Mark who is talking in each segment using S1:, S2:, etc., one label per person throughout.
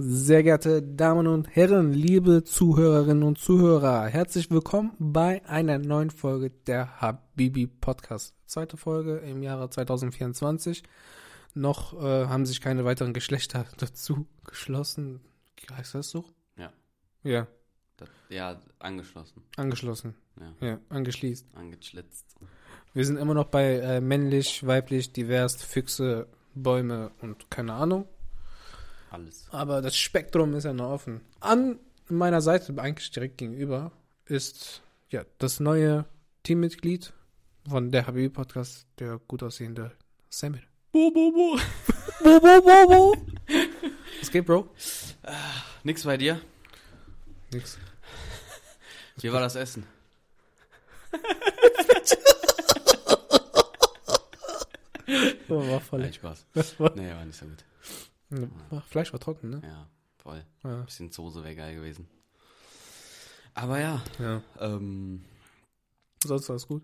S1: Sehr geehrte Damen und Herren, liebe Zuhörerinnen und Zuhörer, herzlich willkommen bei einer neuen Folge der Habibi Podcast. Zweite Folge im Jahre 2024. Noch äh, haben sich keine weiteren Geschlechter dazu geschlossen. Heißt das so?
S2: Ja.
S1: Ja,
S2: Das, ja, angeschlossen.
S1: angeschlossen.
S2: Ja.
S1: Ja, angeschließt.
S2: Angeschlitzt.
S1: Wir sind immer noch bei äh, männlich, weiblich, divers, Füchse, Bäume und keine Ahnung.
S2: Alles.
S1: Aber das Spektrum ist ja noch offen. An meiner Seite, eigentlich direkt gegenüber, ist ja das neue Teammitglied von der HBB Podcast, der gut aussehende Samir.
S2: Bo, bo, bo.
S1: Bo, bo, bo, bo. Was geht, Bro?
S2: Nix bei dir.
S1: Nix.
S2: Wie war das Essen?
S1: Oh, war voll.
S2: Nein, Spaß.
S1: war-
S2: Nee, war nicht so gut.
S1: Ach, Fleisch war trocken, ne?
S2: Ja, voll.
S1: Ja.
S2: Bisschen Soße wäre geil gewesen. Aber ja,
S1: ja.
S2: ähm,
S1: Sonst war es gut.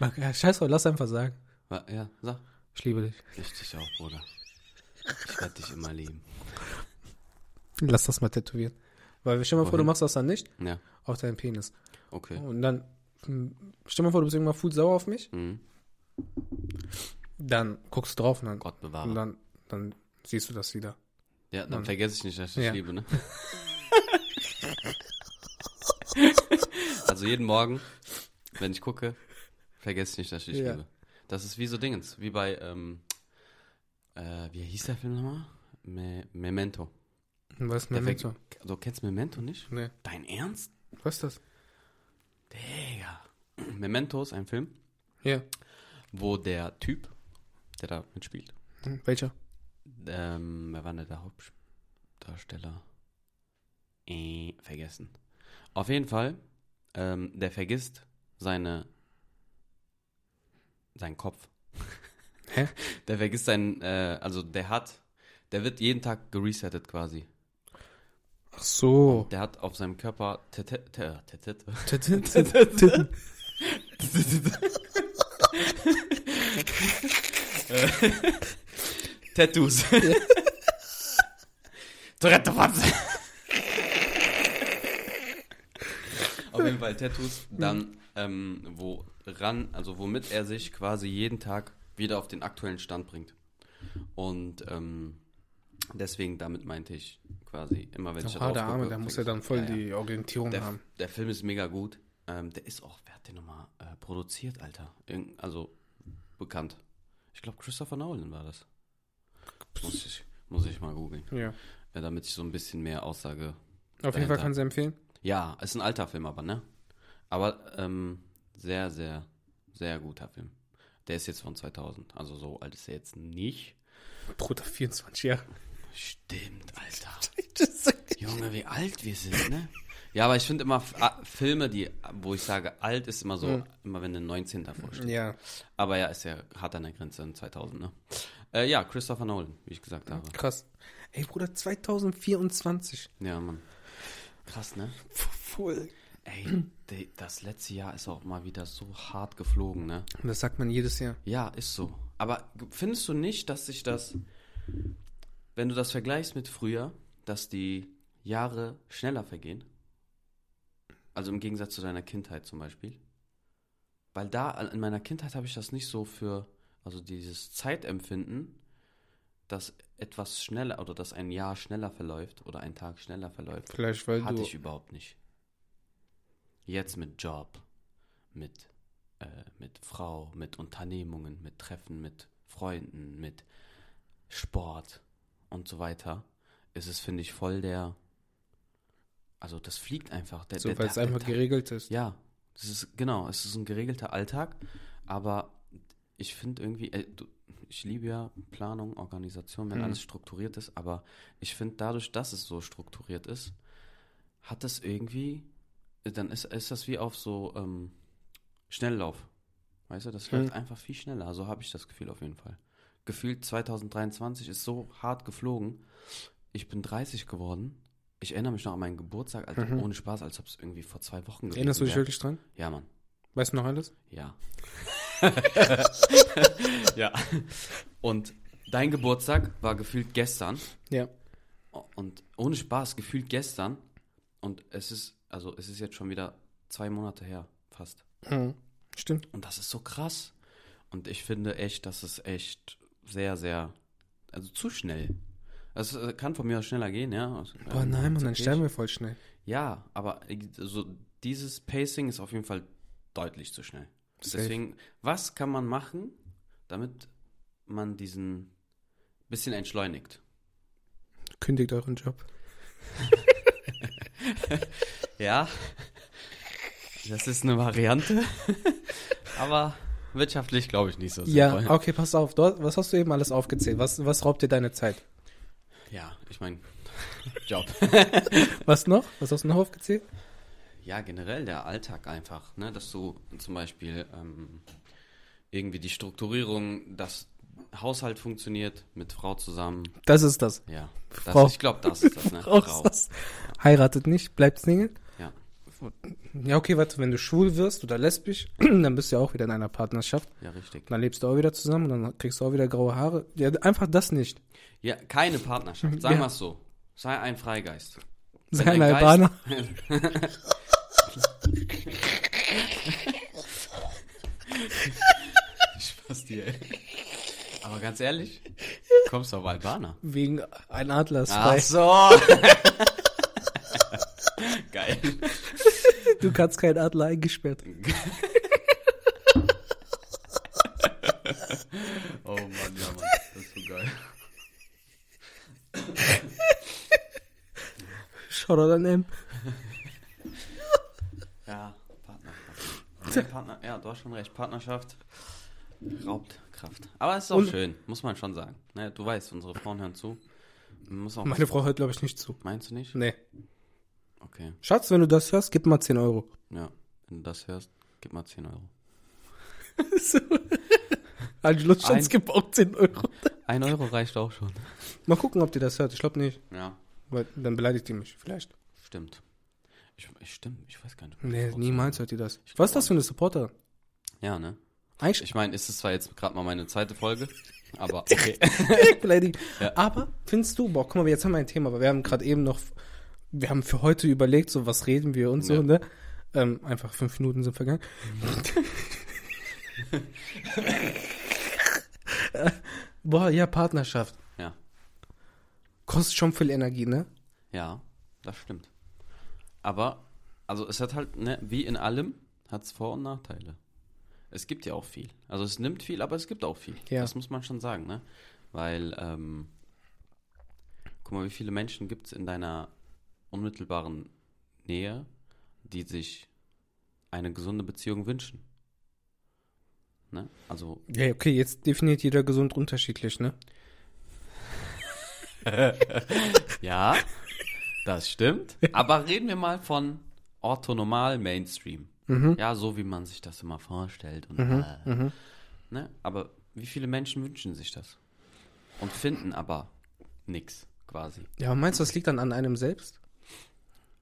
S1: Man, ja, scheiß drauf, lass einfach sagen.
S2: wa- ja, sag.
S1: Ich liebe dich.
S2: Ich dich auch, Bruder. Ich werde dich immer lieben.
S1: Lass das mal tätowieren. Weil stell mal vor, du
S2: Wohin?
S1: machst das dann nicht
S2: Ja,
S1: auf deinen Penis.
S2: okay.
S1: Und dann, hm, stell mal vor, du bist irgendwann food sauer auf mich.
S2: Mhm.
S1: Dann guckst du drauf und dann,
S2: Gott
S1: und
S2: bewahre.
S1: dann, dann siehst du das wieder.
S2: Ja, dann vergesse ich nicht, dass ich dich
S1: Ja.
S2: liebe, ne? also jeden Morgen, wenn ich gucke, vergesse ich nicht, dass ich dich
S1: Ja.
S2: liebe. Das ist wie so Dingens, wie bei, ähm, äh, wie hieß der Film nochmal? Me Memento.
S1: Und weißt du,
S2: Der
S1: Moment so.
S2: Ver- Du kennst Memento nicht?
S1: Nee.
S2: Dein Ernst?
S1: Was ist das?
S2: Digga. Memento ist ein Film,
S1: Ja.
S2: wo der Typ, der da mitspielt,
S1: Hm, Welcher?
S2: Ähm, wer war denn der Hauptdarsteller? Äh, vergessen. Auf jeden Fall, ähm, der vergisst seine. seinen Kopf.
S1: Hä?
S2: Der vergisst seinen, äh, also der hat, der wird jeden Tag geresettet quasi.
S1: Ach so.
S2: Der hat auf seinem Körper Tete- Te- Tete-
S1: Titten,
S2: Äh,
S1: titten, titten.
S2: Tattoos. Tourette Franz. Auf jeden Fall Tattoos, dann ähm, woran, also womit er sich quasi jeden Tag wieder auf den aktuellen Stand bringt. Und ähm, deswegen damit meinte ich quasi immer, wenn ich
S1: Ah, der
S2: drauf
S1: Arme,
S2: gucke,
S1: der muss
S2: denk
S1: ja
S2: ich,
S1: dann voll
S2: ja, ja.
S1: die Orientierung
S2: Der,
S1: haben.
S2: der Film ist mega gut. Ähm, der ist auch, wer hat den nochmal äh, produziert, Alter? Irgend, also bekannt. Ich glaube, Christopher Nolan war das. Muss ich, muss ich mal googeln,
S1: Ja.
S2: äh, damit ich so ein bisschen mehr Aussage.
S1: Auf jeden Fall
S2: Dahinter.
S1: kannst du empfehlen.
S2: Ja, ist ein alter Film, aber ne? Aber ähm, sehr, sehr, sehr guter Film. Der ist jetzt von 2000, also so alt ist er jetzt nicht.
S1: Bruder, 24 Jahre.
S2: Stimmt, Alter.
S1: Das sagt
S2: Junge, wie alt wir sind, ne? Ja, aber ich finde immer F- ah, Filme, die, wo ich sage alt, ist immer so, immer wenn ein 19 davor steht.
S1: Ja,
S2: Aber ja, ist ja hart an der Grenze in 2000, ne? Äh, ja, Christopher Nolan, wie ich gesagt habe.
S1: krass. Ey, Bruder, 2024.
S2: Ja, Mann. Krass, ne?
S1: Voll.
S2: Ey, de- das letzte Jahr ist auch mal wieder so hart geflogen, ne?
S1: Das sagt man jedes Jahr.
S2: Ja, ist so. Aber g- findest du nicht, dass sich das, wenn du das vergleichst mit früher, dass die Jahre schneller vergehen? Also im Gegensatz zu deiner Kindheit zum Beispiel. Weil da, an- in meiner Kindheit habe ich das nicht so für, also dieses Zeitempfinden, dass etwas schneller oder dass ein Jahr schneller verläuft oder ein Tag schneller verläuft.
S1: Vielleicht, weil
S2: Hatte
S1: du.
S2: ich überhaupt nicht. Jetzt mit Job, mit, äh, mit Frau, mit Unternehmungen, mit Treffen, mit Freunden, mit Sport und so weiter, ist es, finde ich, voll der. Also, das fliegt einfach. Der,
S1: so,
S2: der
S1: weil es
S2: Tag- der
S1: einfach
S2: Tag-
S1: geregelt ist.
S2: ja, das ist genau, es ist ein geregelter Alltag, aber ich finde irgendwie, äh, du, ich liebe ja Planung, Organisation, wenn
S1: Mhm.
S2: alles strukturiert ist, aber ich finde dadurch, dass es so strukturiert ist, hat das irgendwie, äh, dann ist, ist das wie auf so ähm, Schnelllauf. Weißt du, das läuft
S1: Mhm.
S2: einfach viel schneller. So habe ich das Gefühl auf jeden Fall. Gefühlt 2023 ist so hart geflogen. Ich bin 30 geworden. Ich erinnere mich noch an meinen Geburtstag, also
S1: Mhm.
S2: ohne Spaß, als ob es irgendwie vor zwei Wochen gewesen
S1: Erinnerst du dich
S2: wäre.
S1: wirklich dran?
S2: Ja, Mann.
S1: Weißt du noch alles?
S2: Ja. ja. Und dein Geburtstag war gefühlt gestern.
S1: Ja.
S2: Und ohne Spaß, gefühlt gestern. Und es ist, also es ist jetzt schon wieder zwei Monate her, fast.
S1: Mhm. Stimmt.
S2: Und das ist so krass. Und ich finde echt, dass es echt sehr, sehr, also zu schnell. Es äh, kann von mir aus schneller gehen, ja. Also,
S1: Boah,
S2: ähm,
S1: Oh nein, Mann,
S2: sag
S1: dann
S2: ich.
S1: sterben wir voll schnell.
S2: Ja, aber äh, so dieses Pacing ist auf jeden Fall deutlich zu schnell.
S1: Safe.
S2: Deswegen, was kann man machen, damit man diesen bisschen entschleunigt?
S1: Kündigt euren Job.
S2: Ja, das ist eine Variante, aber wirtschaftlich glaube ich nicht so
S1: Ja, okay, pass auf. Du, hast- was hast du eben alles aufgezählt? Was, was raubt dir deine Zeit?
S2: Ja, ich meine, Job.
S1: Was noch? Was hast du noch aufgezählt?
S2: Ja, generell der Alltag einfach, ne? dass du zum Beispiel ähm, irgendwie die Strukturierung, dass Haushalt funktioniert mit Frau zusammen.
S1: Das ist das.
S2: Ja, das,
S1: Frau.
S2: ich glaube, das ist das, ne?
S1: Auch das. Heiratet nicht, bleibt Single.
S2: Ja.
S1: Ja, okay, warte, wenn du schwul wirst oder lesbisch, dann bist du ja auch wieder in einer Partnerschaft.
S2: ja, richtig.
S1: Dann lebst du auch wieder zusammen und dann kriegst du auch wieder graue Haare. Ja, einfach das nicht.
S2: Ja, keine Partnerschaft, sagen
S1: Ja.
S2: wir es so. Sei ein Freigeist.
S1: Sei
S2: Wenn
S1: ein
S2: dein
S1: Albaner.
S2: Spaß dir, ey. Aber ganz ehrlich, kommst du auf Albaner?
S1: Wegen ein Adlers.
S2: Ach
S1: frei.
S2: so. Geil.
S1: Du kannst keinen Adler eingesperrt.
S2: Oh Mann, ja Mann, das ist so geil.
S1: Shoutout an M.
S2: Ja, Partnerschaft. Nee, Partner, ja, du hast schon recht. Partnerschaft raubt Kraft. Aber es ist auch
S1: Und-
S2: schön, muss man schon sagen. Ne, du weißt, unsere Frauen hören zu. Man Muss auch
S1: Meine Frau hört, glaube ich, nicht zu.
S2: Meinst du nicht?
S1: Nee.
S2: Okay,
S1: Schatz, wenn du das hörst, gib mal 10 Euro.
S2: ja. Wenn du das hörst, gib mal 10 Euro.
S1: so. Angelo, Schatz,
S2: Ein-
S1: gib auch 10 Euro.
S2: Ein Euro reicht auch schon.
S1: Mal gucken, ob die das hört. Ich glaube nicht.
S2: Ja,
S1: Weil dann beleidigt die mich vielleicht.
S2: stimmt. Ich, ich stimmt, ich weiß gar nicht. ob
S1: Nee,
S2: das auch so
S1: niemals
S2: ist.
S1: hört die das.
S2: glaub
S1: Was ist das für eine Supporter?
S2: Ja, ne?
S1: Eigentlich
S2: Ich meine, es ist zwar jetzt gerade mal meine zweite Folge, aber okay.
S1: direkt beleidigt.
S2: Ja.
S1: Aber findest du, boah, guck mal, jetzt haben wir ein Thema, aber wir haben gerade eben noch, wir haben für heute überlegt, so was reden wir und so,
S2: Ja.
S1: ne? Ähm, einfach fünf Minuten sind vergangen. Äh, boah, ja, Partnerschaft.
S2: Ja,
S1: Kostet schon viel Energie, ne?
S2: ja, das stimmt. Aber, also es hat halt, ne, wie in allem, hat es Vor- und Nachteile. Es gibt ja auch viel. Also es nimmt viel, aber es gibt auch viel.
S1: Ja.
S2: Das muss man schon sagen, ne? Weil, ähm, guck mal, wie viele Menschen gibt es in deiner unmittelbaren Nähe, die sich eine gesunde Beziehung wünschen? Ne? Also
S1: Ja, okay, jetzt definiert jeder gesund unterschiedlich, ne?
S2: Ja, das stimmt. Aber reden wir mal von orthonormal Mainstream.
S1: Mhm.
S2: Ja, so wie man sich das immer vorstellt. Und,
S1: Mhm,
S2: äh,
S1: mhm.
S2: ne? Aber wie viele Menschen wünschen sich das? Und finden aber nix, quasi.
S1: Ja, aber meinst du, das liegt dann an einem selbst?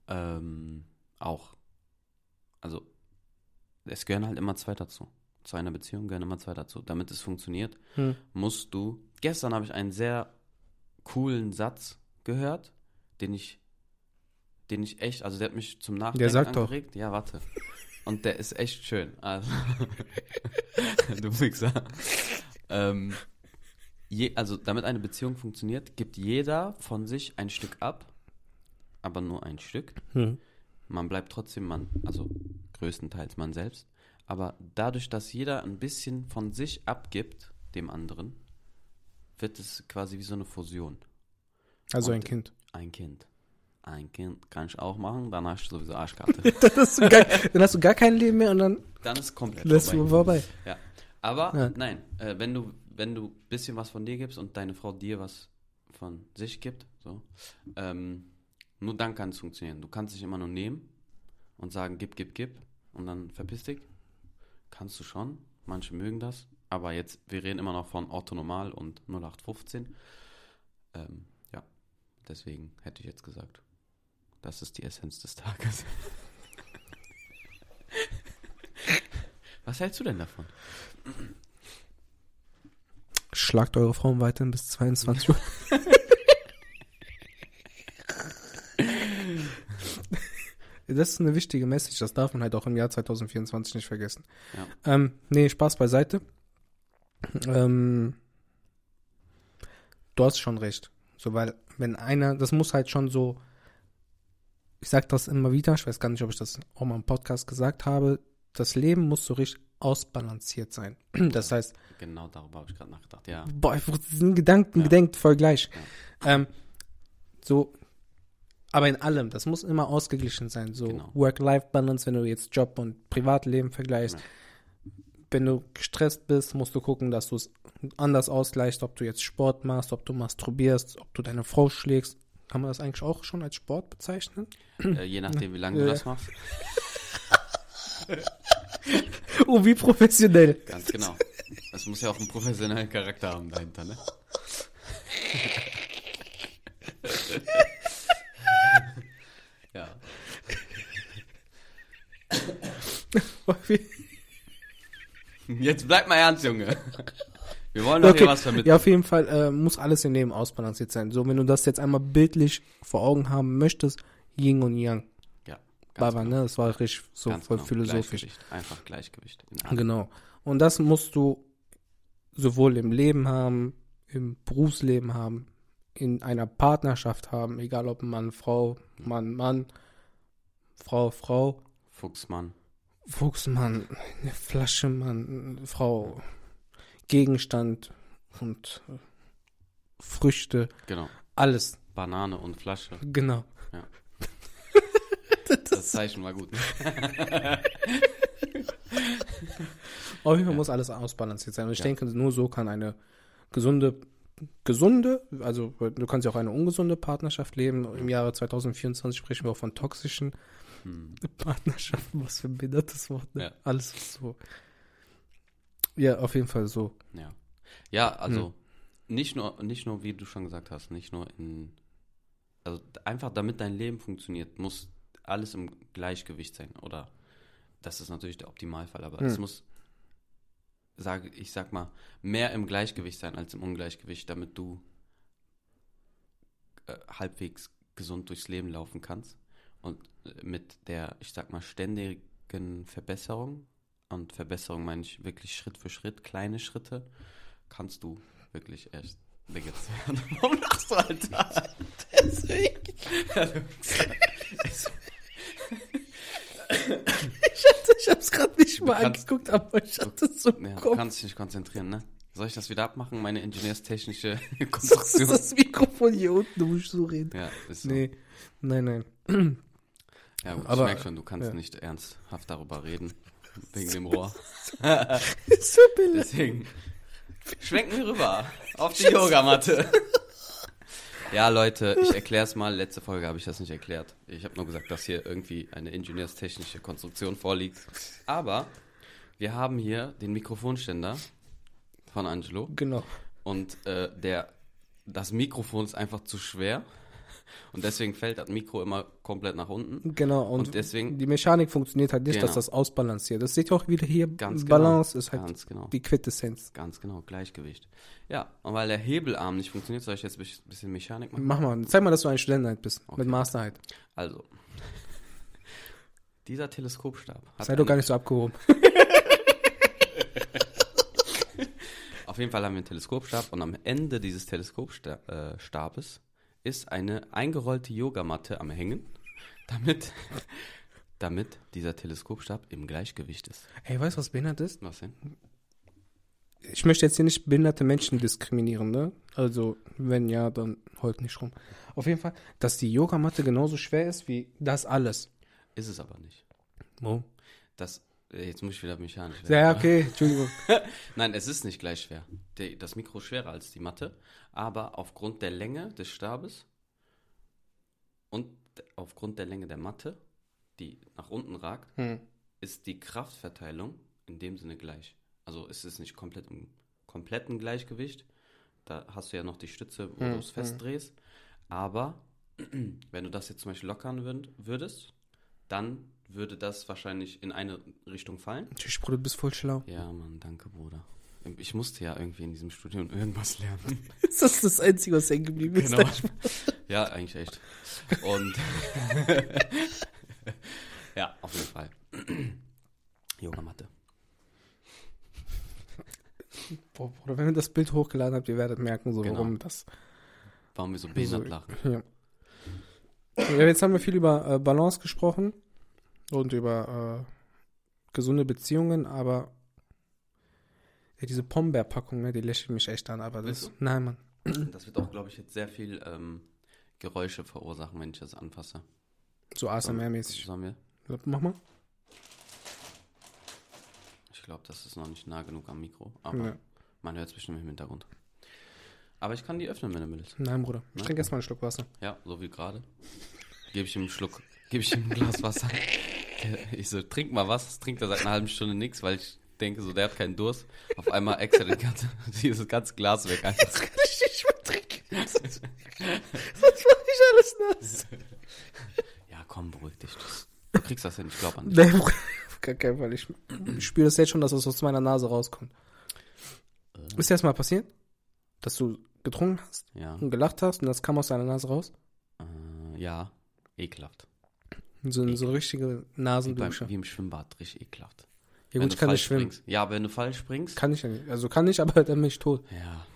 S2: Ähm, auch. Also, es gehören halt immer zwei dazu. Zu einer Beziehung gehören immer zwei dazu. Damit es funktioniert,
S1: Hm.
S2: musst du. Gestern habe ich einen sehr coolen Satz gehört, den ich, den ich echt, also der hat mich zum Nachdenken
S1: Ja, sag doch.
S2: angeregt. Ja, warte. Und der ist echt schön. Also, du Fixer. Ähm, je, also damit eine Beziehung funktioniert, gibt jeder von sich ein Stück ab, aber nur ein Stück.
S1: Hm.
S2: Man bleibt trotzdem man, also größtenteils man selbst. Aber dadurch, dass jeder ein bisschen von sich abgibt, dem anderen, wird es quasi wie so eine Fusion.
S1: Also
S2: Und-
S1: ein Kind.
S2: Ein Kind. Ein Kind kann ich auch machen, dann hast du sowieso Arschkarte.
S1: Dann hast, du gar, dann hast du gar kein Leben mehr und dann
S2: dann ist komplett
S1: lässt du
S2: vorbei.
S1: vorbei.
S2: Ja. Aber
S1: Ja.
S2: nein, äh, wenn du wenn du ein bisschen was von dir gibst und deine Frau dir was von sich gibt, so, ähm, nur dann kann es funktionieren. Du kannst dich immer nur nehmen und sagen, gib, gib, gib und dann verpiss dich. Kannst du schon. Manche mögen das. Aber jetzt, wir reden immer noch von Orthonormal und 0815. Ähm, ja, deswegen hätte ich jetzt gesagt, das ist die Essenz des Tages. Was hältst du denn davon?
S1: Schlagt eure Frauen weiterhin bis 22 Uhr. das ist eine wichtige Message, das darf man halt auch im Jahr 2024 nicht vergessen. Ähm, nee, Spaß beiseite. Ähm, du hast schon recht. So, weil, wenn einer, das muss halt schon so, ich sag das immer wieder, ich weiß gar nicht, ob ich das auch mal im Podcast gesagt habe, das Leben muss so richtig ausbalanciert sein. Das heißt,
S2: Genau darüber habe ich gerade nachgedacht, ja.
S1: Boah, ich diesen Gedanken
S2: Ja.
S1: gedenkt voll gleich. Ähm, so, aber in allem, das muss immer ausgeglichen sein. So
S2: Genau.
S1: Work-Life-Balance, wenn du jetzt Job und Privatleben vergleichst. Wenn du gestresst bist, musst du gucken, dass du es anders ausgleichst, ob du jetzt Sport machst, ob du masturbierst, ob du deine Frau schlägst. Kann man das eigentlich auch schon als Sport bezeichnen?
S2: Äh, je nachdem, wie lange du
S1: Ja.
S2: das machst.
S1: Oh, wie professionell.
S2: Ganz genau. Das muss ja auch einen professionellen Charakter haben dahinter, ne? ja.
S1: Boah, wie-
S2: Jetzt bleib mal ernst, Junge. Wir wollen doch hier was
S1: Ja,
S2: vermitteln.
S1: auf jeden Fall äh, muss alles im Leben ausbalanciert sein. So, wenn du das jetzt einmal bildlich vor Augen haben möchtest, Yin und Yang.
S2: Ja, ganz, genau.
S1: Baba, ne? Das war richtig so
S2: ganz
S1: voll
S2: genau.
S1: philosophisch.
S2: Gleichgewicht. Einfach Gleichgewicht. In allem.
S1: Genau. Und das musst du sowohl im Leben haben, im Berufsleben haben, in einer Partnerschaft haben, egal ob Mann, Frau, Mann, Mann, Frau, Frau,
S2: Fuchsmann.
S1: Fuchsmann, eine Flasche, Mann, Frau, Gegenstand und äh, Früchte,
S2: Genau.
S1: alles.
S2: Banane und Flasche.
S1: Genau.
S2: Das Zeichen war gut.
S1: Auf jeden Fall muss alles ausbalanciert sein. Und ich denke, nur so kann eine gesunde, gesunde, also du kannst ja auch eine ungesunde Partnerschaft leben. Im Jahre 2024 sprechen wir auch von toxischen Partnerschaften. Was für ein behindertes Wort. Ne?
S2: Hm. Ja.
S1: Alles ist so. Ja, auf jeden Fall so.
S2: Ja. Ja, also nicht nur, nicht nur, wie du schon gesagt hast, nicht nur in. Also einfach damit dein Leben funktioniert, muss alles im Gleichgewicht sein. Oder das ist natürlich der Optimalfall, aber es
S1: Hm.
S2: muss, sage, ich sag mal, mehr im Gleichgewicht sein als im Ungleichgewicht, damit du äh, halbwegs gesund durchs Leben laufen kannst. Und äh, mit der, ich sag mal, ständigen Verbesserung, und Verbesserung meine ich wirklich Schritt für Schritt, kleine Schritte, kannst du wirklich echt. Digga, jetzt- Warum lachst du, Alter? Deswegen.
S1: Ich hab's gerade nicht
S2: mal Du kannst-
S1: angeguckt, aber ich hatte so
S2: Ja, du kannst dich nicht konzentrieren, ne? Soll ich das wieder abmachen, meine ingenieurstechnische Konstruktion?
S1: Mikrofon hier unten, du musst so reden.
S2: Ja, ist so.
S1: Nee, nein, nein.
S2: Ja, gut,
S1: aber-
S2: ich merk schon, du kannst
S1: ja.
S2: nicht ernsthaft darüber reden. Wegen dem Rohr.
S1: so billig.
S2: Deswegen schwenken wir rüber auf die Yogamatte. Ja, Leute, ich erkläre es mal. Letzte Folge habe ich das nicht erklärt. Ich habe nur gesagt, dass hier irgendwie eine ingenieurstechnische Konstruktion vorliegt. Aber wir haben hier den Mikrofonständer von Angelo
S1: Genau.
S2: und äh, der, das Mikrofon ist einfach zu schwer und deswegen fällt das Mikro immer komplett nach unten.
S1: Genau, und,
S2: Und deswegen-
S1: die Mechanik funktioniert halt nicht, dass
S2: Genau.
S1: das ausbalanciert. Das seht ihr auch wieder hier,
S2: Ganz genau.
S1: Balance ist halt
S2: Ganz genau.
S1: die Quintessenz.
S2: Ganz genau, Gleichgewicht. Ja, und weil der Hebelarm nicht funktioniert, soll ich jetzt ein bisschen Mechanik machen.
S1: Mach mal, zeig mal, dass du ein Student halt bist, mit Master halt.
S2: Also, dieser Teleskopstab hat
S1: Sei doch
S2: eine-
S1: gar nicht so abgehoben.
S2: auf jeden Fall haben wir einen Teleskopstab und am Ende dieses Teleskopstabes äh, Stabes ist eine eingerollte Yogamatte am Hängen, damit, damit dieser Teleskopstab im Gleichgewicht ist.
S1: Ey, weißt du, was behindert ist?
S2: Was denn?
S1: Ich möchte jetzt hier nicht behinderte Menschen diskriminieren, ne? Also, wenn ja, dann heult nicht rum. Auf jeden Fall, dass die Yogamatte genauso schwer ist wie das alles.
S2: Ist es aber nicht.
S1: Oh.
S2: Das, äh, jetzt muss ich wieder mechanisch werden.
S1: Ja, okay, Entschuldigung.
S2: Nein, es ist nicht gleich schwer. Die, das Mikro ist schwerer als die Matte, aber aufgrund der Länge des Stabes und d- aufgrund der Länge der Matte, die nach unten ragt,
S1: Hm.
S2: ist die Kraftverteilung in dem Sinne gleich. Also es ist nicht komplett im kompletten Gleichgewicht. Da hast du ja noch die Stütze, wo
S1: Hm,
S2: du es festdrehst. Aber wenn du das jetzt zum Beispiel lockern würd, würdest, dann würde das wahrscheinlich in eine Richtung fallen.
S1: Natürlich, Bruder, du bist voll schlau.
S2: Ja, Mann, danke, Bruder. Ich musste ja irgendwie in diesem Studium irgendwas lernen.
S1: Das ist das Einzige, was hängen geblieben ist.
S2: Genau. Ja, eigentlich echt. Und ja, auf jeden Fall. Junge Mathe.
S1: Boah, Bruder, wenn ihr das Bild hochgeladen habt, ihr werdet merken, so
S2: Genau.
S1: warum das.
S2: Waren wir so behindert lachen.
S1: Ja. ja. Jetzt haben wir viel über äh, Balance gesprochen und über äh, gesunde Beziehungen, aber ja, diese Pombeer-Packung, ne, die lächelt mich echt an, aber das.
S2: Willst
S1: Nein, Mann.
S2: Das wird auch, glaube ich, jetzt sehr viel ähm, Geräusche verursachen, wenn ich das anfasse.
S1: So ASMR-mäßig.
S2: Sollen wir?
S1: Mach mal.
S2: Ich glaube, das ist noch nicht nah genug am Mikro, aber
S1: Ja.
S2: man hört es bestimmt im Hintergrund. Aber ich kann die öffnen, wenn du willst.
S1: Nein, Bruder. Ich trinke erstmal einen Schluck Wasser.
S2: Ja, so wie gerade. Gebe ich ihm einen Schluck, gebe ich ihm ein Glas Wasser. Äh, Ich so, trink mal was. Trinkt er seit einer halben Stunde nichts, weil ich denke, so, der hat keinen Durst. Auf einmal extra den ganzen, dieses ganze Glas weg. Einfach.
S1: kann ich nicht mehr trinken. Sonst mach ich alles nass.
S2: Ja, komm, beruhig dich. Das- Du kriegst das hin, ich glaube an dich.
S1: Nein, Bruder. Auf gar keinen Fall. Ich, ich spüre das jetzt schon, dass das aus meiner Nase rauskommt.
S2: Ähm.
S1: Ist dir das mal passiert? Dass du getrunken hast
S2: Ja,
S1: und gelacht hast und das kam aus deiner Nase raus?
S2: äh, ja, ekelhaft.
S1: So eine so eine richtige
S2: Wie, beim,
S1: Nasendusche.
S2: wie im Schwimmbad, richtig ekelhaft.
S1: Ja
S2: Wenn
S1: gut,
S2: du
S1: ich kann nicht
S2: also falsch
S1: schwimmen.
S2: Springst. Ja, aber wenn du falsch springst,
S1: Kann ich ja nicht. Also kann ich, aber dann bin ich tot.
S2: Ja.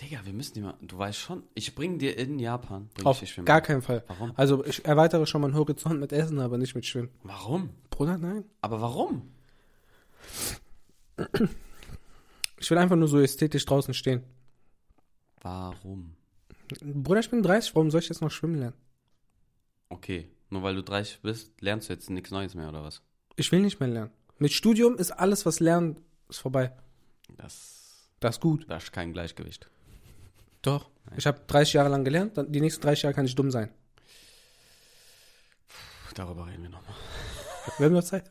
S2: Digga, wir müssen die mal. Du weißt schon, ich bring dir in Japan. Bring
S1: Auf
S2: ich dir Schwimmen.
S1: gar keinen Fall.
S2: Warum?
S1: Also ich erweitere schon meinen Horizont mit Essen, aber nicht mit Schwimmen.
S2: Warum?
S1: Bruder, nein.
S2: Aber warum?
S1: Ich will einfach nur so ästhetisch draußen stehen.
S2: Warum?
S1: Bruder, ich bin 30, warum soll ich jetzt noch schwimmen lernen?
S2: Okay, nur weil du 30 bist, lernst du jetzt nichts Neues mehr oder was?
S1: Ich will nicht mehr lernen. Mit Studium ist alles, was lernen, ist vorbei.
S2: Das,
S1: Das ist gut.
S2: das ist kein Gleichgewicht.
S1: Doch. Ich habe 30 Jahre lang gelernt, dann die nächsten 30 Jahre kann ich dumm sein.
S2: Puh, darüber reden wir nochmal.
S1: Wir haben noch Zeit.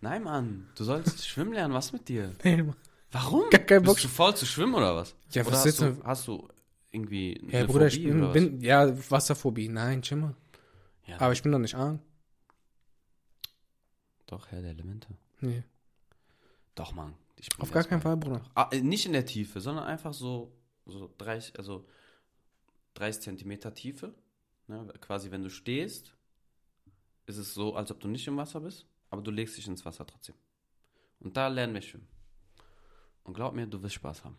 S2: Nein, Mann, du sollst schwimmen lernen. Was mit dir?
S1: Nee, Mann.
S2: Warum?
S1: Gar keinen Bock.
S2: Bist du faul zu schwimmen oder was?
S1: Ja,
S2: oder
S1: was
S2: hast
S1: jetzt
S2: du,
S1: noch-
S2: hast du irgendwie eine
S1: Ja, Bruder, ich
S2: Phobie oder
S1: bin,
S2: was?
S1: bin, ja, Wasserphobie. Nein, chill mal.
S2: Ja,
S1: Aber ich bin doch nicht arm.
S2: doch, Herr der Elemente.
S1: Nee.
S2: Doch, Mann. Ich bin
S1: Auf gar
S2: erst
S1: keinen
S2: mal-
S1: Fall, Bruder.
S2: Ah, äh, nicht in der Tiefe, sondern einfach so, so 30, also 30 Zentimeter Tiefe. Ne? Quasi, wenn du stehst, ist es so, als ob du nicht im Wasser bist, aber du legst dich ins Wasser trotzdem. Und da lernen wir schwimmen. Und glaub mir, du wirst Spaß haben.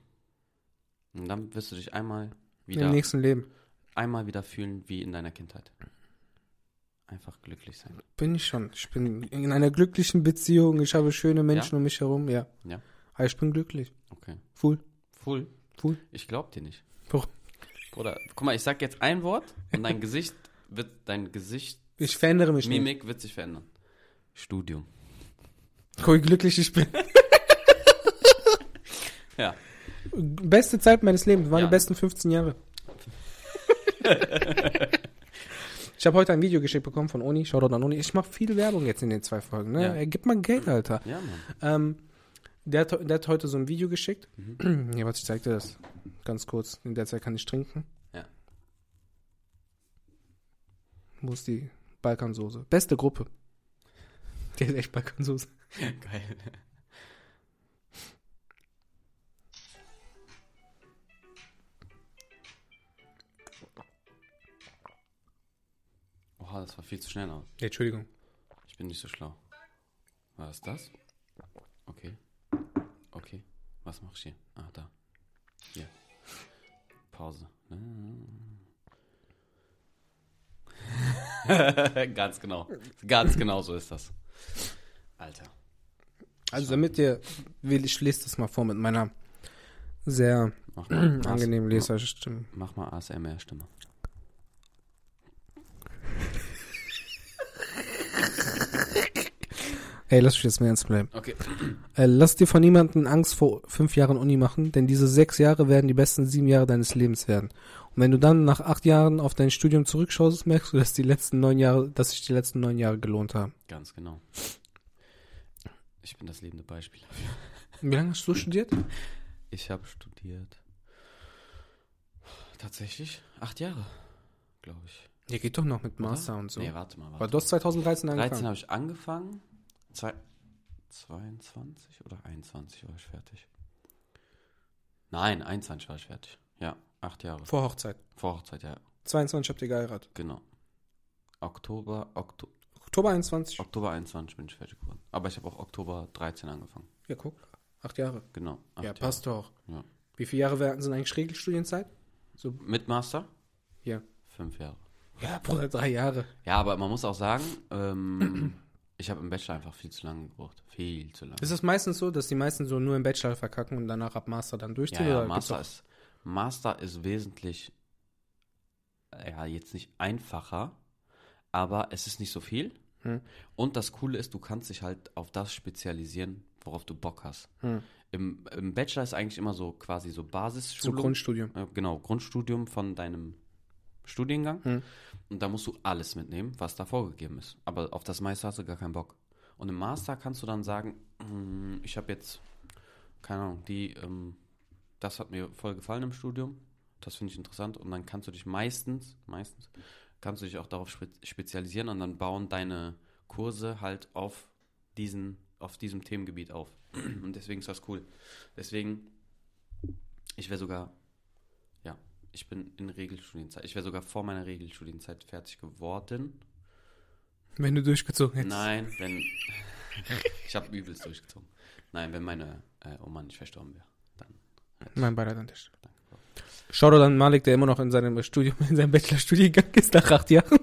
S2: Und dann wirst du dich einmal wieder,
S1: Im nächsten Leben.
S2: einmal wieder fühlen wie in deiner Kindheit. Einfach glücklich sein.
S1: Bin ich schon. Ich bin in einer glücklichen Beziehung. Ich habe schöne Menschen um mich herum. Ja.
S2: Ja.
S1: Aber ich bin glücklich.
S2: Okay.
S1: Full.
S2: Full.
S1: Full.
S2: Ich glaub dir nicht.
S1: Warum?
S2: Bruder, guck mal, ich sag jetzt ein Wort und dein Gesicht wird, dein Gesicht
S1: Ich verändere mich nicht.
S2: Mimik wird sich verändern. Studium.
S1: Guck, wie glücklich ich bin.
S2: Ja.
S1: Beste Zeit meines Lebens. Waren
S2: Ja.
S1: die besten 15 Jahre. ich habe heute ein Video geschickt bekommen von Uni. Shoutout an Uni. Ich mache viel Werbung jetzt in den zwei Folgen. Ne?
S2: Ja.
S1: Ey, Gib mal Geld, Alter.
S2: Ja, Mann.
S1: Ähm, der, hat, der hat heute so ein Video geschickt.
S2: Mhm.
S1: Ja, warte, ich zeig dir das. Ganz kurz. In der Zeit kann ich trinken.
S2: Ja.
S1: Wo ist die Balkansoße? Beste Gruppe. Die hat echt Balkansoße.
S2: Geil. Oha, das war viel zu schnell, aber
S1: Ja, Entschuldigung.
S2: ich bin nicht so schlau. Was ist das? Okay. Okay. Was mach ich hier? Ah, da. Hier. Pause. Ah. Ganz genau. Ganz genau so ist das. Alter.
S1: Also damit ihr, will ich lese das mal vor mit meiner sehr
S2: Mach mal,
S1: angenehmen Leserstimme.
S2: mach mal ASMR-Stimme.
S1: Hey, lass mich jetzt mal ernst bleiben.
S2: Okay.
S1: Äh, lass dir von niemandem Angst vor fünf Jahren Uni machen, denn diese sechs Jahre werden die besten sieben Jahre deines Lebens werden. Und wenn du dann nach acht Jahren auf dein Studium zurückschaust, merkst du, dass die letzten neun Jahre, dass sich die letzten neun Jahre gelohnt haben.
S2: Ganz genau. Ich bin das lebende Beispiel dafür.
S1: Wie lange hast du studiert?
S2: Ich habe studiert. Tatsächlich acht Jahre, glaube ich.
S1: Der geht doch noch mit Master und so.
S2: Nee, warte mal. Warte.
S1: Weil du hast 2013
S2: 13
S1: angefangen.
S2: habe ich angefangen. Zwei, 22 oder 21 war ich fertig. Nein, 21 war ich fertig. Ja, acht Jahre.
S1: Vor Hochzeit.
S2: Vor Hochzeit, ja,
S1: 22 habt ihr geheiratet.
S2: genau. Oktober, Okto
S1: Oktober 21.
S2: Oktober 21 bin ich fertig geworden. Aber ich habe auch Oktober 13 angefangen.
S1: Ja, guck. Acht Jahre.
S2: Genau.
S1: ja,
S2: acht Jahre.
S1: passt doch.
S2: Ja.
S1: Wie viele Jahre werden- sind eigentlich Regelstudienzeit?
S2: Mit Master?
S1: Ja.
S2: Fünf Jahre.
S1: Ja, Bruder, drei Jahre.
S2: Ja, aber man muss auch sagen, ähm, ich habe im Bachelor einfach viel zu lange gebraucht. Viel zu lange.
S1: Ist es meistens so, dass die meisten so nur im Bachelor verkacken und danach ab Master dann
S2: Ja,
S1: durchziehen?
S2: ja,
S1: oder gibt's
S2: Master ist, Master ist wesentlich, äh, ja, jetzt nicht einfacher, aber es ist nicht so viel.
S1: Hm.
S2: Und das Coole ist, du kannst dich halt auf das spezialisieren, worauf du Bock hast.
S1: auch- hm,
S2: Im, im Bachelor ist eigentlich immer so quasi so
S1: so
S2: Basisschulung.
S1: Grundstudium.
S2: äh, genau, Grundstudium von deinem Studiengang.
S1: Hm.
S2: Und da musst du alles mitnehmen, was da vorgegeben ist. Aber auf das meiste hast du gar keinen Bock. Und im Master kannst du dann sagen, "Mm, ich habe jetzt, keine Ahnung, die, ähm, das hat mir voll gefallen im Studium, das finde ich interessant. Und dann kannst du dich meistens, meistens, kannst du dich auch darauf spe spezialisieren und dann bauen deine Kurse halt auf diesen, auf diesem Themengebiet auf. Und deswegen ist das cool. Deswegen, ich wäre sogar ja, ich bin in Regelstudienzeit. Ich wäre sogar vor meiner Regelstudienzeit fertig geworden.
S1: Wenn du durchgezogen hättest.
S2: Nein, wenn. ich habe übelst durchgezogen. Nein, wenn meine äh, Oma nicht verstorben wäre.
S1: Mein Beileid an der Stelle. Shoutout an Malik, der immer noch in seinem Studium, in seinem Bachelorstudiengang ist, nach acht Jahren.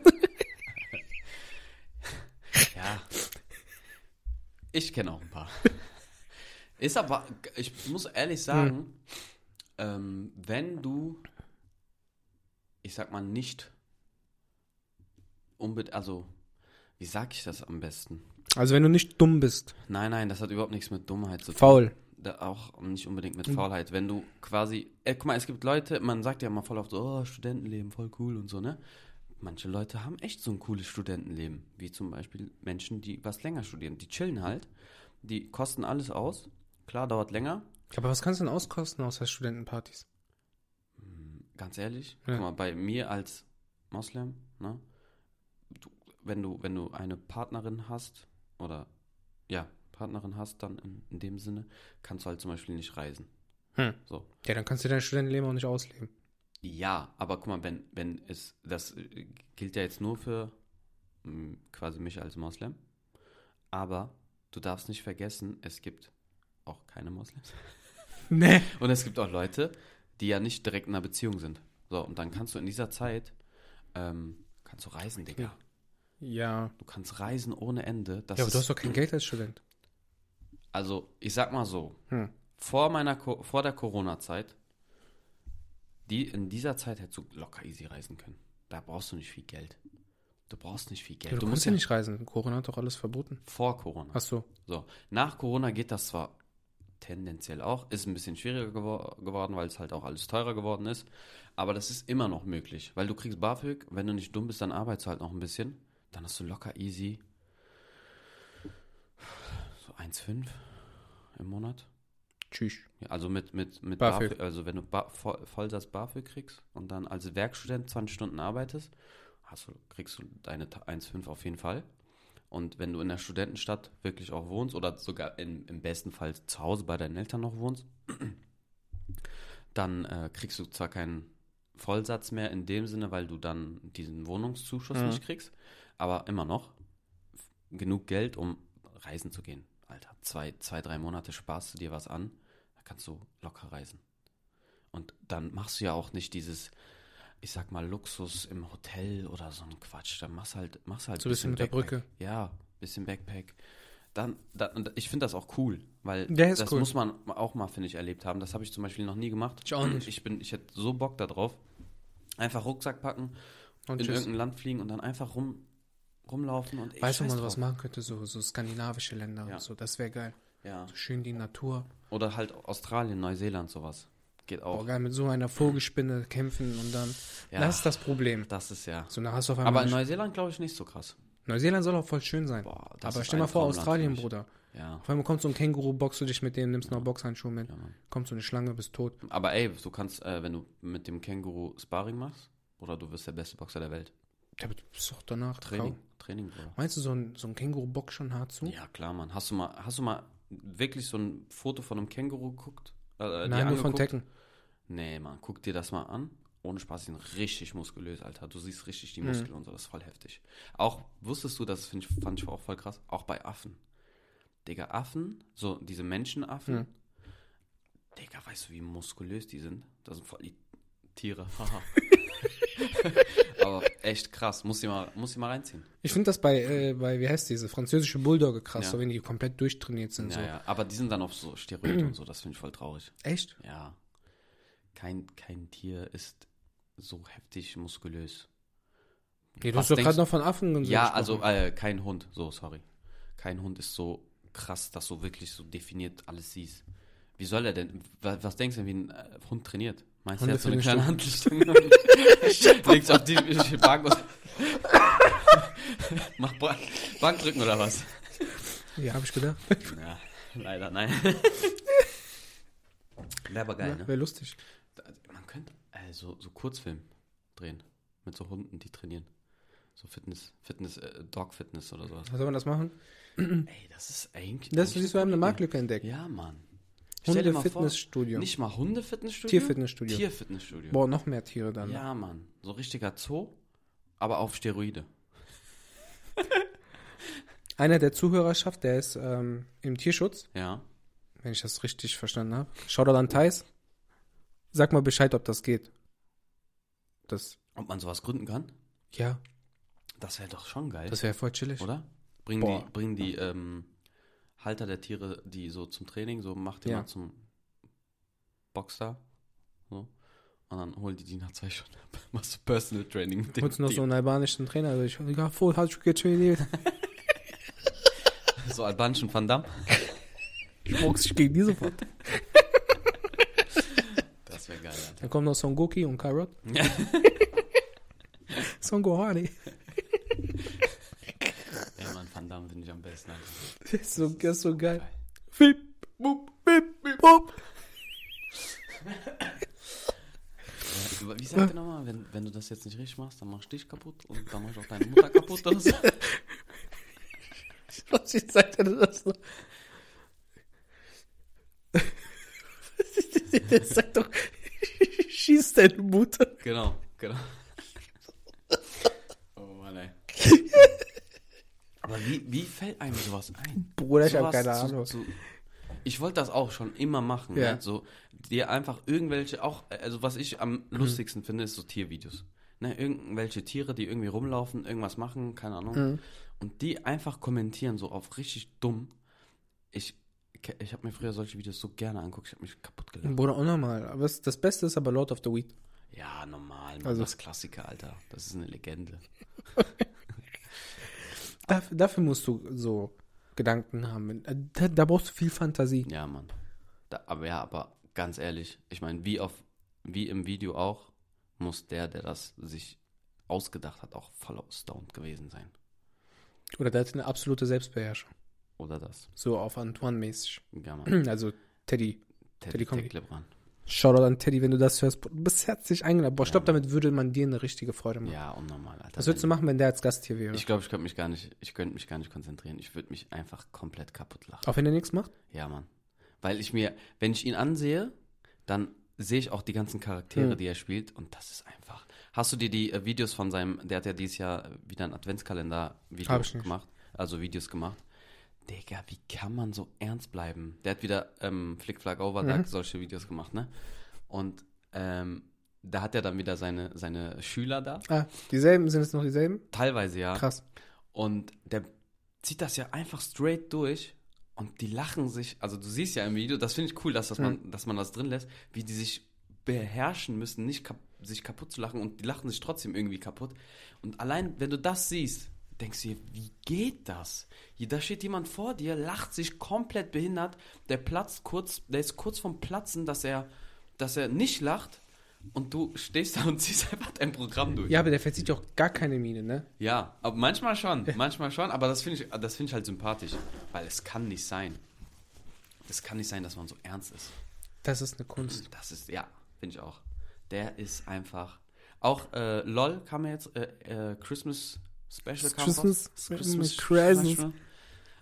S2: Ja. Ich kenne auch ein paar. Ist aber, ich muss ehrlich sagen, ähm, wenn du, ich sag mal, nicht unbedingt, also, wie sag ich das am besten?
S1: Also wenn du nicht dumm bist,
S2: Nein, nein, das hat überhaupt nichts mit Dummheit zu tun.
S1: faul.
S2: da auch nicht unbedingt mit Faulheit. Wenn du quasi, äh, guck mal, es gibt Leute, man sagt ja immer voll oft, so, oh, Studentenleben, voll cool und so, ne? Manche Leute haben echt so ein cooles Studentenleben, wie zum Beispiel Menschen, die was länger studieren. Die chillen halt, die kosten alles aus. Klar, dauert länger.
S1: Aber was kannst du denn auskosten außer Studentenpartys?
S2: Hm, Ganz ehrlich,
S1: Ja.
S2: guck mal, bei mir als Moslem, ne? Du, wenn, du, wenn du eine Partnerin hast oder, ja, Partnerin hast dann in, in dem Sinne, kannst du halt zum Beispiel nicht reisen.
S1: Hm.
S2: So.
S1: Ja, dann kannst du dein Studentenleben auch nicht ausleben.
S2: Ja, aber guck mal, wenn, wenn es, das äh, gilt ja jetzt nur für mh, quasi mich als Moslem, aber du darfst nicht vergessen, es gibt auch keine Moslems.
S1: Nee.
S2: Und es gibt auch Leute, die ja nicht direkt in einer Beziehung sind. So, und dann kannst du in dieser Zeit, ähm, kannst du reisen, Digga.
S1: Ja.
S2: Du kannst reisen ohne Ende. Das
S1: ja, aber du
S2: ist-
S1: hast doch kein Geld als Student.
S2: also, ich sag mal so,
S1: Hm.
S2: vor meiner Co vor der Corona-Zeit, die in dieser Zeit hättest du locker easy reisen können. Da brauchst du nicht viel Geld. Du brauchst nicht viel Geld.
S1: Ja, du, musst ja nicht reisen. Corona hat doch alles verboten.
S2: vor Corona.
S1: Ach so.
S2: So, nach Corona geht das zwar tendenziell auch, ist ein bisschen schwieriger gewor geworden, weil es halt auch alles teurer geworden ist, aber das ist immer noch möglich, weil du kriegst BAföG, wenn du nicht dumm bist, dann arbeitest du halt noch ein bisschen, dann hast du locker easy so 1,5 im Monat.
S1: Tschüss.
S2: Ja, also mit, mit, mit
S1: BAföG.
S2: BAföG. also wenn du ba Voll- Vollsatz BAföG kriegst und dann als Werkstudent 20 Stunden arbeitest, hast du, kriegst du deine Ta- 1,5 auf jeden Fall. Und wenn du in der Studentenstadt wirklich auch wohnst oder sogar in, im besten Fall zu Hause bei deinen Eltern noch wohnst, dann äh, kriegst du zwar keinen Vollsatz mehr in dem Sinne, weil du dann diesen Wohnungszuschuss
S1: Mhm.
S2: nicht kriegst, aber immer noch f- genug Geld, um reisen zu gehen. Alter, zwei, zwei, drei Monate sparst du dir was an, da kannst du locker reisen. Und dann machst du ja auch nicht dieses, ich sag mal, Luxus im Hotel oder so ein Quatsch. Dann machst halt, machst halt
S1: So ein bisschen mit der
S2: Backpack.
S1: Brücke.
S2: Ja, bisschen Backpack. Dann, dann und ich finde das auch cool, weil
S1: Ja, ist
S2: das
S1: cool.
S2: muss man auch mal, finde ich, erlebt haben. Das habe ich zum Beispiel noch nie gemacht.
S1: Ich auch nicht.
S2: Ich bin, ich hätte so Bock darauf. Einfach Rucksack packen,
S1: Und
S2: in
S1: tschüss.
S2: irgendein Land fliegen und dann einfach rum, rumlaufen und ich
S1: Weißt du, wo
S2: scheiß
S1: man sowas
S2: drauf.
S1: machen könnte? So, so skandinavische Länder
S2: Ja.
S1: und so. Das wäre geil.
S2: Ja.
S1: So schön die Natur.
S2: Oder halt Australien, Neuseeland, sowas. Geht auch.
S1: Boah, geil, mit so einer Vogelspinne kämpfen und dann.
S2: Oh. Ja.
S1: Das ist das Problem.
S2: Das ist ja.
S1: So, da hast du auf einmal.
S2: Aber in Neuseeland glaube ich nicht so krass.
S1: Neuseeland soll auch voll schön sein.
S2: Boah, das
S1: Aber
S2: ist
S1: stell mal
S2: ein
S1: vor,
S2: Traumland für
S1: Australien,
S2: mich.
S1: Bruder.
S2: Ja.
S1: Auf einmal kommt so ein Känguru, boxt du dich mit dem, nimmst noch Boxhandschuhe mit.
S2: ja Mann.
S1: Kommt so eine Schlange, bist tot.
S2: Aber ey, du kannst, äh, wenn du mit dem Känguru Sparring machst, oder du wirst der beste Boxer der Welt.
S1: Ja, aber du bist doch danach
S2: Training,
S1: grau.
S2: Training, Bruder.
S1: Meinst du, so ein, so ein Känguru bockt schon hart zu?
S2: Ja, klar, Mann. Hast du mal, hast du mal wirklich so ein Foto von einem Känguru geguckt? Äh, äh, dir
S1: Nein, nur von
S2: angeguckt?
S1: Tekken.
S2: Nee, Mann, guck dir das mal an. Ohne Spaß, die sind richtig muskulös, Alter. Du siehst richtig die
S1: Mhm.
S2: Muskeln und so, das ist voll heftig. Auch, wusstest du, das find ich, fand ich auch voll krass, auch bei Affen. Digga, Affen, so diese Menschenaffen,
S1: Mhm.
S2: Digga, weißt du, wie muskulös die sind? Das sind voll die Tiere, haha. Aber echt krass, muss ich mal, muss ich mal reinziehen.
S1: Ich finde das bei, äh, bei, wie heißt diese, französische Bulldogge krass,
S2: Ja.
S1: so wenn die komplett durchtrainiert sind.
S2: Ja,
S1: so.
S2: ja. Aber die sind dann auf so Steroide und so, das finde ich voll traurig.
S1: Echt?
S2: Ja. Kein, kein Tier ist so heftig muskulös.
S1: Ja, du
S2: Was
S1: hast doch gerade
S2: denkst-
S1: noch von Affen und so
S2: Ja,
S1: gesprochen.
S2: also äh, kein Hund, so, sorry. Kein Hund ist so krass, dass du wirklich so definiert alles siehst. Wie soll er denn, was, was denkst du, wie ein äh, Hund trainiert? Meinst du, er hat so eine
S1: Hunde
S2: kleine Handelsstange? Legst auf die Bank und Mach Bank, Bankdrücken oder was?
S1: Ja, habe ich gedacht.
S2: Ja, leider nein. Wäre aber geil, ne?
S1: Wäre lustig.
S2: Man könnte äh, so, so Kurzfilm drehen. Mit so Hunden, die trainieren. So Fitness, Fitness, äh, Dog-Fitness oder sowas.
S1: Was soll man das machen?
S2: Ey, das ist eigentlich.
S1: Das
S2: eigentlich
S1: ist, wir haben eine
S2: gute
S1: Marktlücke entdeckt.
S2: Idee. Ja, Mann. Stell dir mal vor,
S1: Hunde-Fitnessstudio.
S2: nicht mal Hunde-Fitnessstudio.
S1: Tierfitnessstudio.
S2: Tierfitnessstudio.
S1: Boah, noch mehr Tiere dann.
S2: ja, Mann. So richtiger Zoo, aber auf Steroide.
S1: Einer der Zuhörerschaft, der ist ähm, im Tierschutz,
S2: Ja.
S1: wenn ich das richtig verstanden habe. Shoutout an Thais. Sag mal Bescheid, ob das geht. Das,
S2: Ob man sowas gründen kann?
S1: ja,
S2: Das wäre doch schon geil.
S1: das wäre voll chillig.
S2: oder? Bringen
S1: Boah.
S2: die, bringen die ähm, Halter der Tiere, die so zum Training, so macht den
S1: Ja.
S2: mal zum Boxer. So. Und dann holen die die nach zwei Stunden ab. Machst du Personal Training mit dem
S1: Holst du noch
S2: Tier.
S1: so einen albanischen Trainer? Also ich habe voll, hat ich getrainiert.
S2: so albanischen Van Damme.
S1: Ich boxe ich gegen die sofort.
S2: Das wäre geil, Alter.
S1: Dann kommen noch Son Goki und Karot.
S2: Ja.
S1: Son Gohani.
S2: Ey, Mann, Van Damme finde ich am besten. Alter.
S1: Das ist so, das ist so geil.
S2: Geil.
S1: Fiep, bup, bip, bip, bup.
S2: Aber Wie sagt der nochmal, wenn, wenn du das jetzt nicht richtig machst, dann mach ich dich kaputt und dann mach ich auch deine Mutter kaputt oder so.
S1: Was ich sagte das so? Der sagt doch, schieß deine Mutter.
S2: Genau, genau. Oh Mann, ey. Aber wie, wie fällt einem sowas ein?
S1: Bruder, ich habe
S2: Sowas
S1: keine
S2: zu-
S1: Ahnung.
S2: zu- ich wollte das auch schon immer machen.
S1: Ja.
S2: Ne? So, dir einfach irgendwelche, auch, also was ich am
S1: Mhm.
S2: lustigsten finde, ist so Tiervideos. Ne? Irgendwelche Tiere, die irgendwie rumlaufen, irgendwas machen, keine Ahnung.
S1: Mhm.
S2: Und die einfach kommentieren, so auf richtig dumm. Ich, ke- ich habe mir früher solche Videos so gerne angeguckt, ich habe mich kaputt gelacht.
S1: Bruder, unnormal. Aber es- das Beste ist aber Lord of the Weed.
S2: Ja, normal, Mann,
S1: Also-
S2: das ist Klassiker, Alter. Das ist eine Legende.
S1: Dafür, dafür musst du so Gedanken haben. Äh, Da, da brauchst du viel Fantasie.
S2: Ja, Mann. Da, aber ja, aber ganz ehrlich, ich meine, wie auf, wie im Video auch, muss der, der das sich ausgedacht hat, auch voll ausdauernd gewesen sein.
S1: Oder da hat eine absolute Selbstbeherrschung.
S2: Oder das.
S1: So auf Antoine-mäßig.
S2: Ja, Mann.
S1: Also Teddy.
S2: Teddy
S1: Telekom.
S2: Tech Lebrun.
S1: Shoutout an Teddy, wenn du das hörst. Du bist herzlich eingeladen. Boah, ich
S2: Ja,
S1: glaube, damit würde man dir eine richtige Freude machen.
S2: Ja, unnormal, Alter.
S1: Mhm. Was würdest du machen, wenn der als Gast hier wäre?
S2: Ich glaube, ich könnte mich gar nicht, ich könnte mich gar nicht konzentrieren. Ich würde mich einfach komplett kaputt lachen.
S1: auch wenn er nichts macht?
S2: Ja, Mann. Weil ich mir, wenn ich ihn ansehe, dann sehe ich auch die ganzen Charaktere,
S1: Hm.
S2: die er spielt. Und das ist einfach. Hast du dir die äh, Videos von seinem, der hat ja dieses Jahr wieder ein Adventskalender-Video
S1: Hab ich nicht.
S2: gemacht, also Videos gemacht. Digga, wie kann man so ernst bleiben? Der hat wieder ähm, Flick Flag Over
S1: Mhm.
S2: Duck solche Videos gemacht, ne? Und ähm, da hat er dann wieder seine, seine Schüler da.
S1: Ah, dieselben? Sind es noch dieselben?
S2: Teilweise ja.
S1: Krass.
S2: Und der zieht das ja einfach straight durch. Und die lachen sich, also du siehst ja im Video, das finde ich cool, dass, dass, man, dass man das drin lässt, wie die sich beherrschen müssen, nicht kap sich kaputt zu lachen und die lachen sich trotzdem irgendwie kaputt. Und allein, wenn du das siehst, denkst du dir, wie geht das? Hier, da steht jemand vor dir, lacht sich komplett behindert, der platzt kurz, der ist kurz vom Platzen, dass er, dass er nicht lacht und du stehst da und ziehst einfach dein Programm durch.
S1: Ja, aber der verzieht ja auch gar keine Miene, ne?
S2: Ja, aber manchmal schon, manchmal schon, aber das finde ich, das finde ich halt sympathisch, weil es kann nicht sein. Es kann nicht sein, dass man so ernst ist.
S1: Das ist eine Kunst.
S2: Das ist, ja, finde ich auch. Der ist einfach, Auch äh, LOL kam ja jetzt, äh, äh, Christmas Special kam
S1: Christmas-
S2: raus.
S1: Christmas Chrysler.
S2: Special.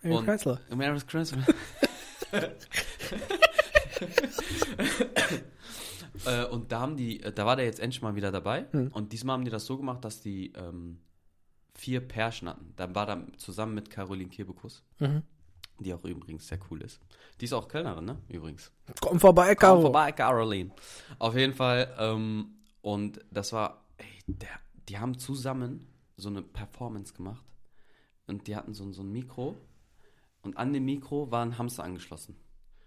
S1: Ey,
S2: Und-
S1: Chrysler.
S2: Merry Christmas. äh, und da haben die, äh, da war der jetzt endlich mal wieder dabei.
S1: Hm.
S2: Und diesmal haben die das so gemacht, dass die ähm, vier Pärchen hatten. Dann war da zusammen mit Caroline Kebekus,
S1: Mhm.
S2: die auch übrigens sehr cool ist. Die ist auch Kölnerin, ne? Übrigens.
S1: Komm vorbei,
S2: Komm
S1: Caro.
S2: vorbei, Caroline. Auf jeden Fall. Ähm, und das war, ey, der, die haben zusammen so eine Performance gemacht. Und die hatten so, ein- so ein Mikro. Und an dem Mikro war ein Hamster angeschlossen.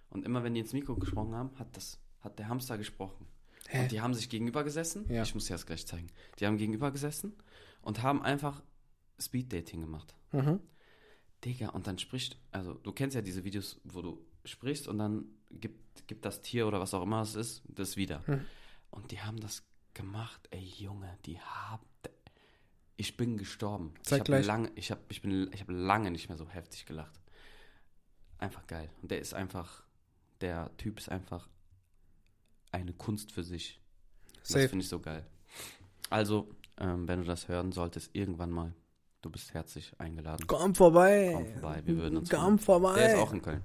S2: Und immer wenn die ins Mikro gesprochen haben, hat, das, hat der Hamster gesprochen.
S1: Hä?
S2: Und die haben sich gegenüber gesessen.
S1: Ja.
S2: Ich muss dir das gleich zeigen. Die haben gegenüber gesessen und haben einfach Speed-Dating gemacht.
S1: Mhm.
S2: Digga, und dann spricht, also du kennst ja diese Videos, wo du sprichst und dann gibt, gibt das Tier oder was auch immer es ist, das wieder.
S1: Mhm.
S2: Und die haben das gemacht, ey Junge, die haben. Ich bin gestorben.
S1: Zeig
S2: ich hab
S1: gleich.
S2: lange, ich habe ich bin, ich hab lange nicht mehr so heftig gelacht. Einfach geil. Und der ist einfach, der Typ ist einfach eine Kunst für sich. Und Das
S1: Safe.
S2: finde ich so geil. Also, ähm, wenn du das hören solltest, irgendwann mal, du bist herzlich eingeladen.
S1: Komm vorbei.
S2: Komm vorbei, wir würden uns
S1: Komm
S2: freuen.
S1: vorbei.
S2: Der ist auch in Köln.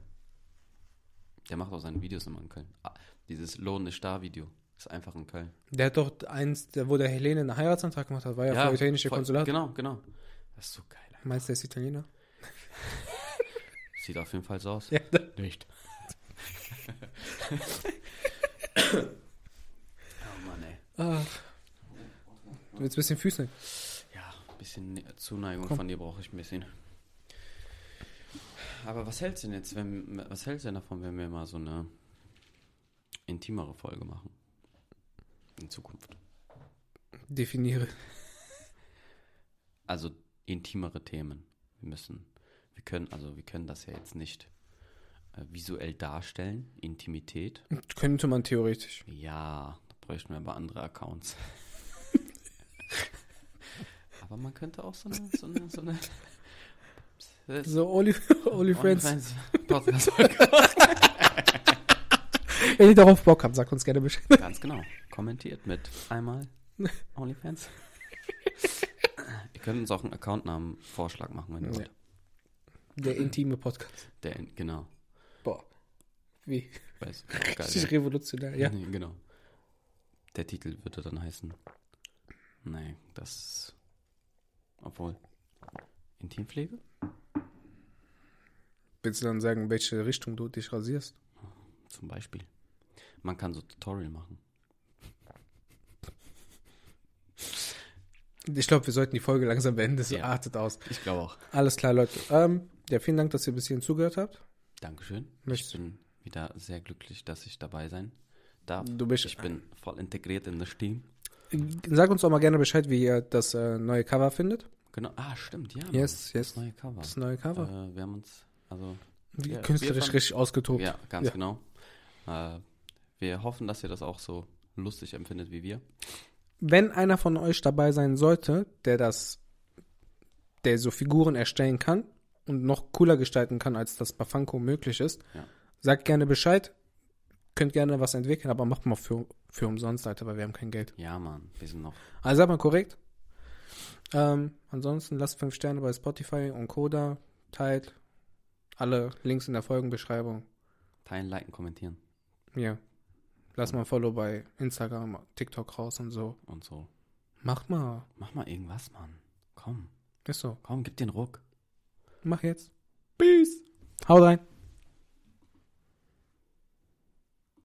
S2: Der macht auch seine Videos immer in Köln. Ah, dieses Lohn ist da Video ist einfach in Köln.
S1: Der hat doch eins, der, wo der Helene einen Heiratsantrag gemacht hat, war ja, vor italienische
S2: voll-
S1: Konsulat.
S2: Genau, genau. Das ist so geil.
S1: Meinst du, der ist Italiener?
S2: Sieht auf jeden Fall so aus.
S1: Ja.
S2: Nicht. oh Mann, ey.
S1: Ach. Du Ah. willst ein bisschen Füße.
S2: Ja, ein bisschen Ne- Zuneigung von dir brauche ich ein bisschen. Aber was hältst du denn jetzt, wenn, was hältst du denn davon, wenn wir mal so eine intimere Folge machen? In Zukunft.
S1: Definiere.
S2: also intimere Themen. Wir müssen, wir können, also wir können das ja jetzt nicht äh, visuell darstellen, Intimität.
S1: Könnte man theoretisch.
S2: Ja, da bräuchten wir aber andere Accounts. aber man könnte auch so eine, so eine, so eine
S1: So, Only, Only Friends.
S2: Podcast.
S1: Wenn ihr darauf Bock habt, sagt uns gerne Bescheid.
S2: Ganz genau. Kommentiert mit einmal OnlyFans. Ihr könnt uns auch einen Accountnamen-Vorschlag machen, wenn ihr
S1: Ja.
S2: wollt.
S1: Der intime Podcast.
S2: Der, in- genau.
S1: Boah. Wie?
S2: Weiß, geil,
S1: Richtig
S2: ja.
S1: revolutionär. Ja.
S2: Nee, genau. Der Titel würde dann heißen. Nee, das. Obwohl. Intimpflege?
S1: Willst du dann sagen, in welche Richtung du dich rasierst?
S2: Zum Beispiel. Man kann so Tutorial machen.
S1: Ich glaube, wir sollten die Folge langsam beenden. Das
S2: Ja.
S1: artet aus.
S2: Ich glaube auch.
S1: Alles klar, Leute. Ähm, ja, vielen Dank, dass ihr bis hierhin zugehört habt.
S2: Dankeschön.
S1: Möchtest-
S2: Ich bin wieder sehr glücklich, dass ich dabei sein darf.
S1: Du bist-
S2: ich bin voll integriert in das Team.
S1: Sag uns auch mal gerne Bescheid, wie ihr das äh, neue Cover findet.
S2: Genau. Ah, stimmt, ja. Mann.
S1: Yes,
S2: Das
S1: yes.
S2: neue Cover.
S1: Das neue Cover.
S2: Äh, wir haben uns. Also.
S1: Wie
S2: ja, wir
S1: Künstlerisch
S2: fanden-
S1: richtig ausgetobt.
S2: Ja, ganz
S1: Ja.
S2: genau. Äh, wir hoffen, dass ihr das auch so lustig empfindet wie wir.
S1: Wenn einer von euch dabei sein sollte, der das, der so Figuren erstellen kann und noch cooler gestalten kann, als das bei Funko möglich ist,
S2: Ja.
S1: sagt gerne Bescheid. Könnt gerne was entwickeln, aber macht mal für, für umsonst, Alter, weil wir haben kein Geld.
S2: Ja, Mann. Wir sind noch
S1: Also sag mal korrekt. Ähm, ansonsten lasst 5 Sterne bei Spotify und Coda. Teilt alle Links in der Folgenbeschreibung.
S2: Teilen, liken, kommentieren
S1: Ja. Lasst mal ein Follow bei Instagram, TikTok raus und so.
S2: und so.
S1: Mach mal.
S2: Mach mal irgendwas, Mann. Komm,
S1: Ist so.
S2: komm, gib den Ruck.
S1: Mach jetzt. Peace. Haut rein.